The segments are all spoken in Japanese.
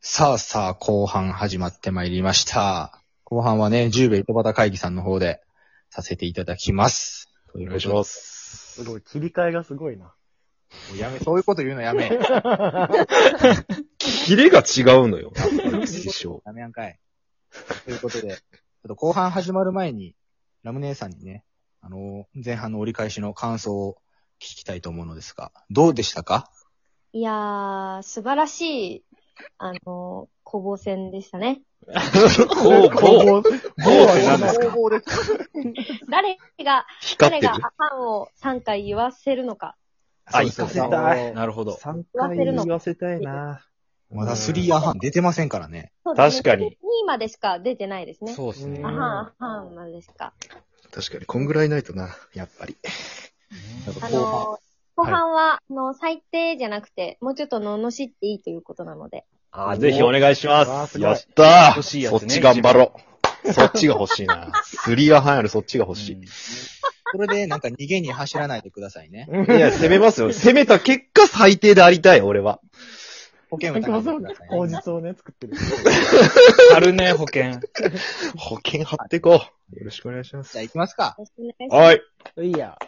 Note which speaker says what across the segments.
Speaker 1: さあさあ、後半始まってまいりました。後半はね、十兵衛戸端会議さんの方でさせていただきます。お。
Speaker 2: お願いしますす。
Speaker 3: すごい、切り替えがすごいな。
Speaker 1: もうやめ、そういうこと言うのやめ。
Speaker 2: キレが違うのよ。師匠。
Speaker 1: ダメやんかい。ということで、ちょっと後半始まる前に、ラムネさんにね、あの、前半の折り返しの感想を聞きたいと思うのですが、どうでしたか
Speaker 4: いやー、素晴らしい、あの、攻防戦でしたね。
Speaker 2: おう、こう、
Speaker 3: う、
Speaker 2: って何ですか
Speaker 3: 攻防です。
Speaker 4: 誰が、
Speaker 2: 光
Speaker 4: 誰
Speaker 2: って
Speaker 4: が
Speaker 2: る。
Speaker 4: ファンを3回言わせるのか。
Speaker 2: あ
Speaker 1: そうそう
Speaker 2: 行かせ
Speaker 1: そう
Speaker 2: たい
Speaker 1: なるほど。
Speaker 2: 3
Speaker 4: 回言
Speaker 2: わせたいな。
Speaker 1: まだスリーアハン出てませんからね。
Speaker 4: そうですね
Speaker 2: 確かに。
Speaker 4: 2位までしか出てないですね。
Speaker 1: う
Speaker 3: ですね
Speaker 4: アハン、アハンまでしか。
Speaker 2: 確かに、こんぐらいないとな、やっぱり。
Speaker 4: あ
Speaker 1: 後半。
Speaker 4: の、後半は、あの、最低じゃなくて、もうちょっと罵っていいということなので。
Speaker 2: あぜひお願いし
Speaker 3: あー
Speaker 2: ますす。
Speaker 3: ごい
Speaker 2: やった
Speaker 5: 欲しい
Speaker 2: ー
Speaker 5: やつ
Speaker 2: そ
Speaker 5: ね
Speaker 2: っち頑張ろう。そっちが欲しいな。スリーアハンやるそっちが欲しい。
Speaker 1: それで、なんか逃げに走らないでくださいね。
Speaker 2: いや、攻めますよ。攻めた結果最低でありたい、俺は。
Speaker 1: 保険を
Speaker 3: なんかま
Speaker 1: 高
Speaker 3: さ
Speaker 1: めてくだ
Speaker 3: か
Speaker 1: さ、
Speaker 3: 口
Speaker 1: いね。
Speaker 3: 実をね、作ってる。
Speaker 5: あるね、保険。
Speaker 2: 保険張ってこう。よろしくお願いしま
Speaker 1: じ
Speaker 2: す
Speaker 1: ゃあ。行きますか。
Speaker 4: よろしくお願いします。
Speaker 2: はい。
Speaker 3: いいや。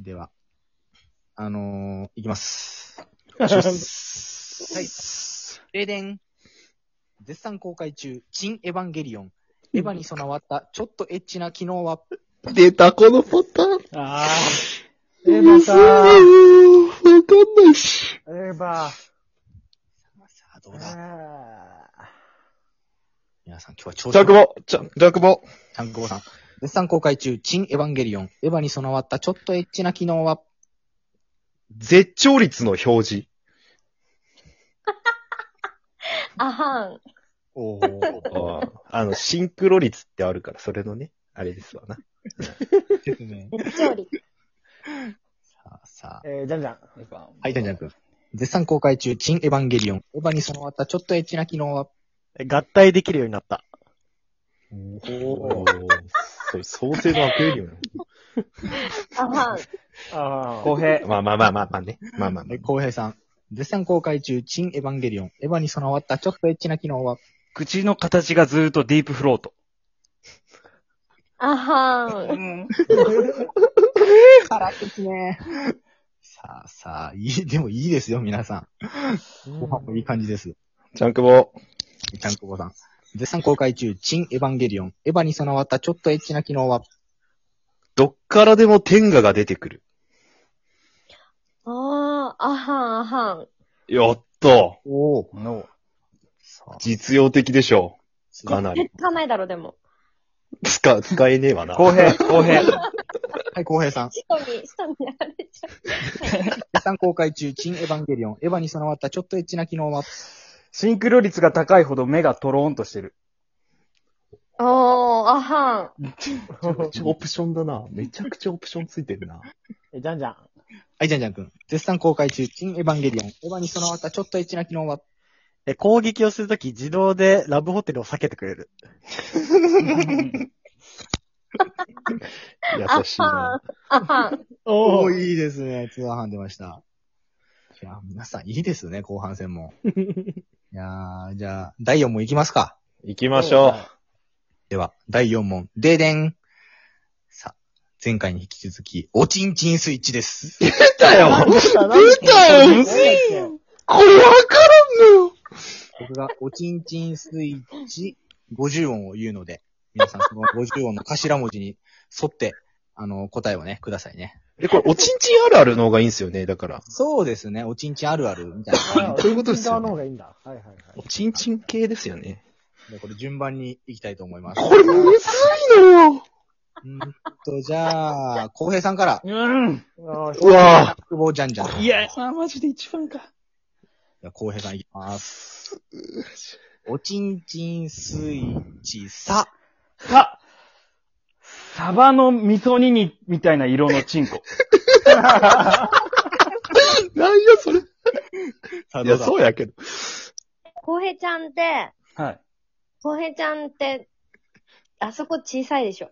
Speaker 1: では。あのー、行きます。はい。停電。絶賛公開中、チン・エヴァンゲリオン。エヴァに備わった、ちょっとエッチな機能は、
Speaker 2: 出た、このパターン。
Speaker 5: あ
Speaker 3: エバさー。
Speaker 2: わかんないし。
Speaker 3: エバ
Speaker 1: さあ、どうだ
Speaker 3: ー。
Speaker 1: 皆さん、今日は調子
Speaker 2: ジャクボ、ジャジャクボ。
Speaker 1: ちゃんこぼさん。絶賛公開中、チン・エヴァンゲリオン。エヴァに備わった、ちょっとエッチな機能は、
Speaker 2: 絶頂率の表示。
Speaker 4: アハン。
Speaker 1: おー、
Speaker 2: あの、シンクロ率ってあるから、それのね、あれですわな。
Speaker 1: 説明。
Speaker 4: 絶調理。
Speaker 1: さあ、さあ。
Speaker 3: えー、じゃんじゃん。
Speaker 5: あ。
Speaker 1: はい、じゃんじゃんくん。絶賛公開中、チン・エヴァンゲリオン。エヴァに備わった、ちょっとエッチな機能は、
Speaker 3: 合体できるようになった。
Speaker 2: おーそれ創世のアクエリウム
Speaker 4: アハン。
Speaker 3: あ
Speaker 2: 公平。まあまあまあまあまあね。まあまあま
Speaker 1: え、浩平さん。絶賛公開中、チン・エヴァンゲリオン。エヴァに備わった、ちょっとエッチな機能は、
Speaker 5: 口の形がずーっとディープフロート。
Speaker 4: アハン。
Speaker 1: 辛いですね。さあさあ、いい、 でもいいですよ、皆さん。後半もいい感じです。
Speaker 2: あ。ジャンクボ。
Speaker 1: ちゃんこぼさん。絶賛公開中、チン・エヴァンゲリオン。エヴァに備わった、ちょっとエッチな機能は、
Speaker 2: どっからでも天下が出てくる。
Speaker 4: あー、アハン、アハン。
Speaker 2: やった
Speaker 1: おお。
Speaker 5: の、
Speaker 1: さ
Speaker 2: 実用的でしょう。かなり
Speaker 4: 絶。対ないだろ、でも。
Speaker 2: 使、使えねえわな。
Speaker 5: 公平、公平。
Speaker 1: はい、浩平さん。
Speaker 4: 使徒に、使徒にやられちゃう。
Speaker 1: 絶賛公開中、チン・エヴァンゲリオン。エヴァに備わった、ちょっとエッチな機能は、
Speaker 5: シンクロ率が高いほど目がトローンとしてる。
Speaker 4: おー、アハン。
Speaker 2: ちょオプションだな。めちゃくちゃオプションついてるな。
Speaker 3: え、じゃんじゃん。
Speaker 1: はい、じゃんじゃんくん。絶賛公開中、チン・エヴァンゲリオン。エヴァに備わった、ちょっとエッチな機能は、
Speaker 6: え、攻撃をするとき自動でラブホテルを避けてくれる。
Speaker 2: 優しいな。
Speaker 4: あはん。
Speaker 1: おおいいですね。ツアーハン出ました。いや、皆さんいいですね、後半戦も。いやー、じゃあ、第4問いきますか。
Speaker 2: 行きましょう。
Speaker 1: では、第4問、ででん。さあ、前回に引き続き、おちんちんスイッチです。
Speaker 2: 出たよ出たよこれわからんのよ
Speaker 1: 僕が、おちんちんスイッチ50音を言うので、皆さんその50音の頭文字に沿って、あの、答えをね、くださいね。
Speaker 2: え、これ、おちんちんあるあるの方がいいんすよね、だから。
Speaker 1: そうですね、おちんちんあるあるみたいな。
Speaker 2: そういうことですよね
Speaker 3: 側の方がいいんだ。はいはいはい。
Speaker 2: おちんちん系ですよね。
Speaker 1: でこれ順番に行きたいと思います。
Speaker 2: これ、むずいのよ
Speaker 1: うんと、じゃあ、浩平さんから。
Speaker 5: うん。
Speaker 3: あー
Speaker 2: うわ
Speaker 1: 久保じゃんじゃん。
Speaker 5: いや、マジで一番か。
Speaker 1: じゃあ、浩平さんいきます。おちんちんスイッチさ。
Speaker 5: さ、サバの味噌煮に、みたいな色のチンコ。
Speaker 2: ぁなんや、それ。い
Speaker 1: さ
Speaker 2: や、そうやけど。
Speaker 4: 浩平ちゃんって、
Speaker 5: はい。
Speaker 4: 浩平ちゃんって、あそこ小さいでしょ。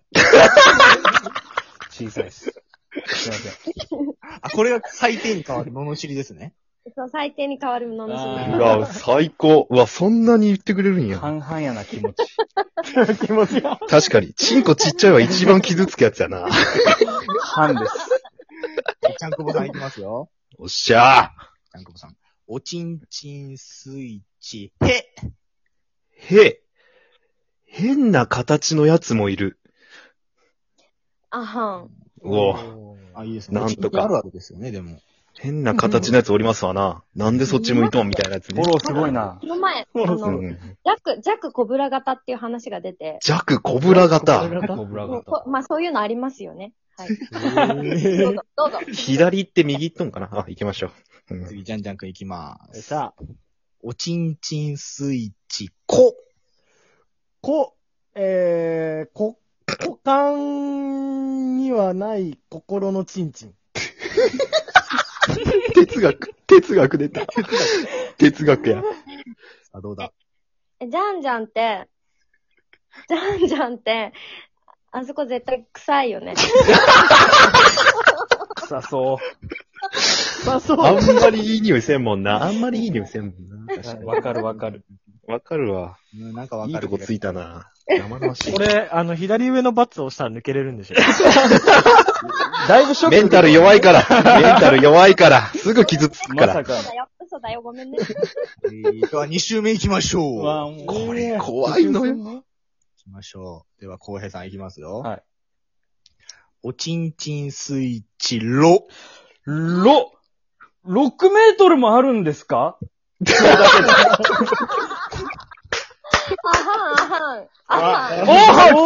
Speaker 5: 小さいです。すいません。
Speaker 1: あ、これが最低に変わる、罵りですね。
Speaker 4: そう、最低に変わるのみし
Speaker 5: あ
Speaker 4: な
Speaker 5: ー
Speaker 4: い。
Speaker 2: うわ、最高。うわ、そんなに言ってくれるんや。
Speaker 5: 半々やな気持ち。
Speaker 3: 気持ちが。
Speaker 2: 確かに、チンコちっちゃいは一番傷つくやつやな。
Speaker 5: 半です。
Speaker 1: ちゃんこぼさんいきますよ。
Speaker 2: おっしゃ
Speaker 1: ちゃんこぼさん。おちんちんスイッチ、へ
Speaker 2: ーへ。変な形のやつもいる。
Speaker 4: あはん。
Speaker 2: うお
Speaker 1: あ、いいですね。
Speaker 2: なん
Speaker 1: おちん
Speaker 2: とか
Speaker 1: ちんあるあるですよね、でも。
Speaker 2: 変な形のやつおりますわな。なんでそっち向いとんみたいなやつ
Speaker 5: フォ
Speaker 2: ね。
Speaker 5: ローすごいな。
Speaker 4: この前、あ
Speaker 2: う
Speaker 4: の、
Speaker 2: ん、
Speaker 4: 弱、弱コブラ型っていう話が出て、
Speaker 2: 弱コブラ型。
Speaker 1: コブラ
Speaker 4: もうこまあそういうのありますよね。はい。どうぞ、どうぞ。
Speaker 2: 左行って右行っとんかなあ、行きましょう。うん
Speaker 1: 次、じゃんじゃんくんいきまーす。
Speaker 3: さあ、
Speaker 1: おちんちんスイッチ、こ。
Speaker 3: こ、えー、こ、股間にはない心のチンチン。
Speaker 2: 哲学、哲学出た。哲学や。
Speaker 1: さあ、どうだ
Speaker 4: え、じゃんじゃんって、じゃんじゃんって、あそこ絶対臭いよね。
Speaker 5: 臭そう。
Speaker 3: あ、そう。
Speaker 2: あんまりいい匂いせんもんな。あんまりいい匂いせんもんな。確かに
Speaker 5: わかるわかる。
Speaker 2: わかるわ。
Speaker 1: うんなんかわか
Speaker 2: い
Speaker 1: る。
Speaker 2: いとこついたな。生々しい
Speaker 6: こ。れ、あの、左上のバツを押したら抜けれるん でしょ
Speaker 5: だいぶショック。
Speaker 2: メンタル弱いから。メンタル弱い から。すぐ傷つくか
Speaker 5: まさ
Speaker 2: ら。
Speaker 5: か
Speaker 4: 嘘。だよ、嘘だよ、ごめんね。
Speaker 1: えーでは、2周目いきましょう。
Speaker 5: わ
Speaker 1: 行
Speaker 5: ん
Speaker 2: これ怖いのよ。
Speaker 1: きましょう。では、浩平さんいきますよ。
Speaker 5: はい。
Speaker 1: おちんちんスイッチ、ろ。
Speaker 5: ろ、6メートルもあるんですか
Speaker 4: あはん、あはん。あは
Speaker 5: お
Speaker 4: ん。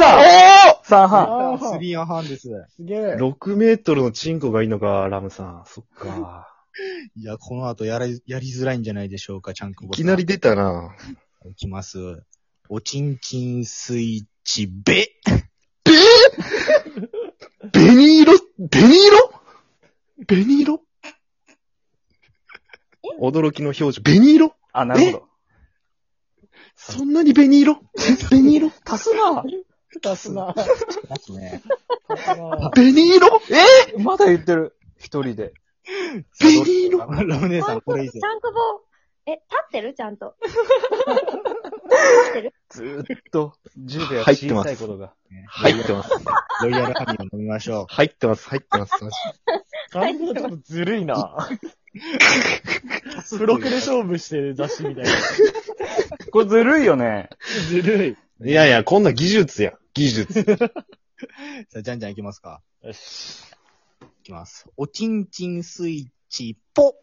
Speaker 5: ーは来たおー !3 半。
Speaker 3: あ
Speaker 1: ス
Speaker 3: ー
Speaker 1: リーアンハンです。
Speaker 3: すげえ。
Speaker 2: 6メートルのチンコがいいのか、ラムさん。そっか。
Speaker 1: いや、この後やら、やりづらいんじゃないでしょうか、ちゃんこ
Speaker 2: い
Speaker 1: ぼ
Speaker 2: きなり出たな。
Speaker 1: いきます。おちんちんスイッチ、べ。
Speaker 2: 紅色紅色紅色驚きの表情。紅色
Speaker 5: あ、なるほど。
Speaker 2: そんなに紅色紅色
Speaker 5: 足すな
Speaker 3: 出すな。
Speaker 1: ますね。
Speaker 2: 紅色え
Speaker 5: まだ言ってる。一人で。
Speaker 2: 紅色
Speaker 1: ラムネさん、これ以
Speaker 4: ち
Speaker 1: 上。
Speaker 4: ゃんこぼ、え、立ってるちゃんと。
Speaker 5: ずーっと、10秒
Speaker 2: 入ってま
Speaker 5: 小
Speaker 2: す
Speaker 5: さいことが。
Speaker 2: 入ってます。
Speaker 1: ロイヤルハニーを飲みましょ
Speaker 2: 入ってます、入ってます。
Speaker 3: 最初ちょっとずるい な。
Speaker 1: う。
Speaker 3: ブロックで勝負してる雑誌みたいな。
Speaker 5: これずるいよね。
Speaker 3: ずるい。
Speaker 2: いやいや、こんな技術や。技術。
Speaker 1: さあ、じゃんじゃんいきますか。
Speaker 3: よし。
Speaker 1: いきます。おちんちんスイッチ、ぽ。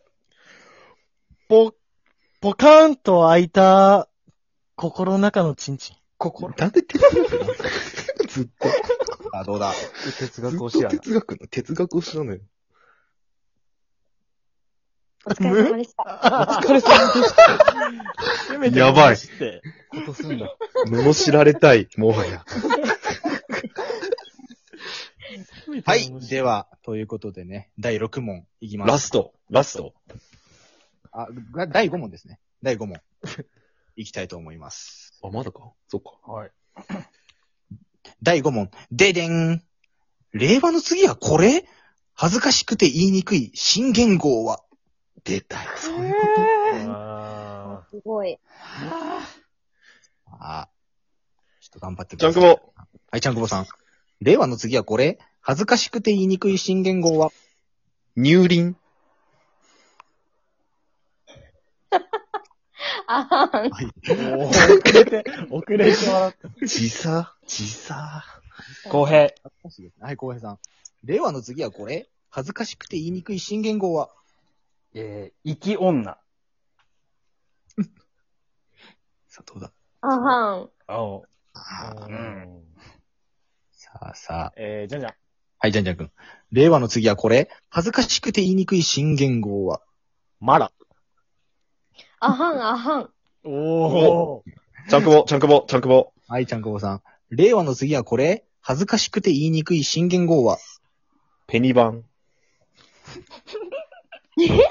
Speaker 6: ポ、ポカーンと開いた、心の中のチンチン。
Speaker 5: 心。
Speaker 2: なんで哲学なのずっと。
Speaker 1: あ、どうだ
Speaker 5: 哲
Speaker 2: ず
Speaker 5: 学
Speaker 2: っ
Speaker 5: をし
Speaker 2: と
Speaker 5: やな。
Speaker 2: 哲学の、哲学をしなのよ。
Speaker 4: お疲れ様でした。
Speaker 5: お疲れ様でした。
Speaker 2: やばい
Speaker 6: って
Speaker 5: ことすんだ。
Speaker 2: 罵られたい、もはや。
Speaker 1: はい。では、ということでね、第6問いきます。
Speaker 2: ラスト、ラスト。
Speaker 1: あ、が第5問ですね。第5問。いきたいと思います。
Speaker 2: あ、まだかそっか。
Speaker 5: はい。
Speaker 1: 第5問。ででん。令和の次はこれ恥ずかしくて言いにくい新元号は
Speaker 2: 出たよ、そういう
Speaker 3: あ
Speaker 4: すごい。
Speaker 1: あちょっと頑張ってく
Speaker 2: ジャ
Speaker 1: だ
Speaker 2: ン
Speaker 1: さ
Speaker 2: ク
Speaker 1: い。
Speaker 2: ボ。
Speaker 1: はい、ちゃんくぼさん。令和の次はこれ恥ずかしくて言いにくい新元号は
Speaker 2: 乳輪。
Speaker 4: あはん。
Speaker 3: 遅れて、遅れて笑って。
Speaker 2: 時差、時差。
Speaker 5: 公平。
Speaker 1: はい、浩平さん。令和の次はこれ恥ずかしくて言いにくい新元号は
Speaker 5: えー、生き女。
Speaker 1: さあ、どうだ
Speaker 4: あはん。
Speaker 5: あ
Speaker 1: あー
Speaker 5: うん。
Speaker 1: さあさあ。
Speaker 3: えー、じゃんじゃん。
Speaker 1: はい、じゃんじゃんくん。令和の次はこれ恥ずかしくて言いにくい新元号は
Speaker 6: マラ。
Speaker 4: あはん、あはん。
Speaker 3: おー。
Speaker 2: ちゃんくぼ、ちゃんくぼ、ちゃんくぼ。
Speaker 1: はい、ちゃんこぼさん。令和の次はこれ恥ずかしくて言いにくい新元号は
Speaker 2: ペニバン。ペニ、ペ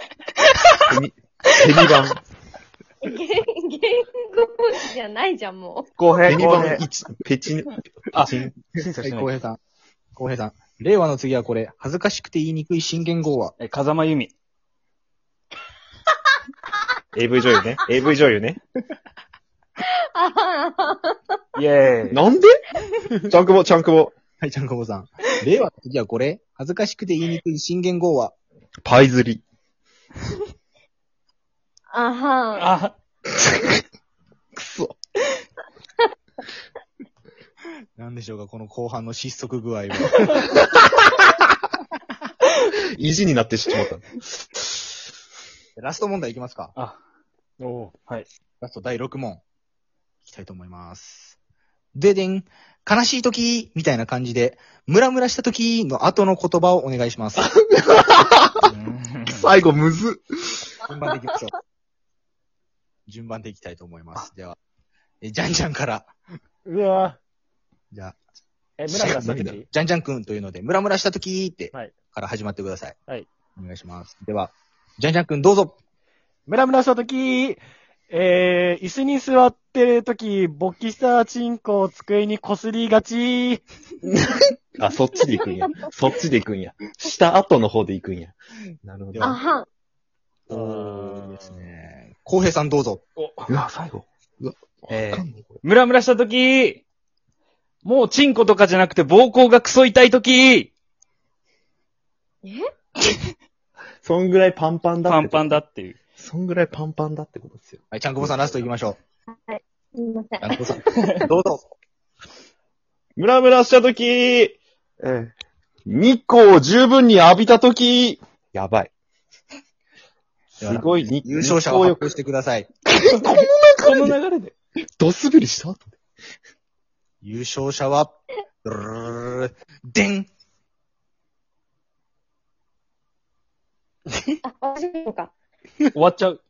Speaker 2: ニバン。
Speaker 4: 言言語じゃないじゃん、も
Speaker 5: 公
Speaker 2: ペ
Speaker 5: 平、
Speaker 2: ニ
Speaker 5: 公
Speaker 2: バン
Speaker 5: 平。
Speaker 2: 一、ペチン、ペチン。
Speaker 5: 審査
Speaker 1: はい、
Speaker 5: し
Speaker 1: 浩
Speaker 5: ない。
Speaker 1: 平さん。浩平さん。令和の次はこれ恥ずかしくて言いにくい新元号は
Speaker 5: え、風間由美。
Speaker 2: AV 女優ね。AV 女優ね。
Speaker 4: あ
Speaker 5: イェーイ。
Speaker 2: なんでちゃんくぼ、ちゃんくぼ。
Speaker 1: はい、ちゃんこぼさん。令和の次はこれ恥ずかしくて言いにくい新元号は
Speaker 2: パイズリ。
Speaker 4: あはん。
Speaker 5: あ、
Speaker 2: くそ。
Speaker 1: なんでしょうか、この後半の失速具合は。
Speaker 2: 意地になってしまった。
Speaker 1: ラスト問題いきますか。
Speaker 5: おーはい。
Speaker 1: ラスト第6問。いきたいと思います。ででん、悲しい時みたいな感じで、ムラムラした時の後の言葉をお願いします。
Speaker 2: 最後、むずっ。
Speaker 1: 順番でいきましょう。順番でいきたいと思います。では、え、じゃんじゃんから。
Speaker 3: うわ
Speaker 1: じゃあ、
Speaker 5: え、村さんだけでいい
Speaker 1: じゃんじゃんくんというので、ムラムラした時って、
Speaker 5: はい
Speaker 1: から始まってください。
Speaker 5: はい。
Speaker 1: お願いします。では、じゃんじゃんくんどうぞ。
Speaker 3: ムラムラしたとき、えー、椅子に座ってるとき、勃起したチンコを机に擦りがち。
Speaker 2: あ、そっちで行くんや。そっちで行くんや。した後の方で行くんや。なるほ
Speaker 1: で
Speaker 2: ど。
Speaker 4: あ
Speaker 1: は、
Speaker 4: はん。
Speaker 5: おー
Speaker 1: いいですね。浩平さんどうぞ。
Speaker 2: うわ、最後。
Speaker 5: え
Speaker 2: わか
Speaker 5: ー
Speaker 2: んないこれ
Speaker 5: ムラムラしたとき、もうチンコとかじゃなくて膀胱がクソ痛いとき、
Speaker 2: そんぐらいパンパンだって
Speaker 5: パ
Speaker 2: こ
Speaker 5: ン
Speaker 2: と
Speaker 5: パンだ。っていう。
Speaker 2: そんぐらいパンパンだってことですよ。
Speaker 1: はい、ちゃんこぼさんラストいきましょ
Speaker 4: すみません
Speaker 1: う。ち。ゃんこぼさん。どうぞ。
Speaker 2: ムラムラしたとき、ええ日光を十分に浴びたとき、やば い。すごい日、
Speaker 1: 優勝者を発
Speaker 2: 日光
Speaker 1: 表してください。
Speaker 5: この流れで。
Speaker 2: ドスベリした後で。
Speaker 1: 優勝者は、ドルルルルルでん
Speaker 4: あ、私のか。
Speaker 5: 終わっちゃう。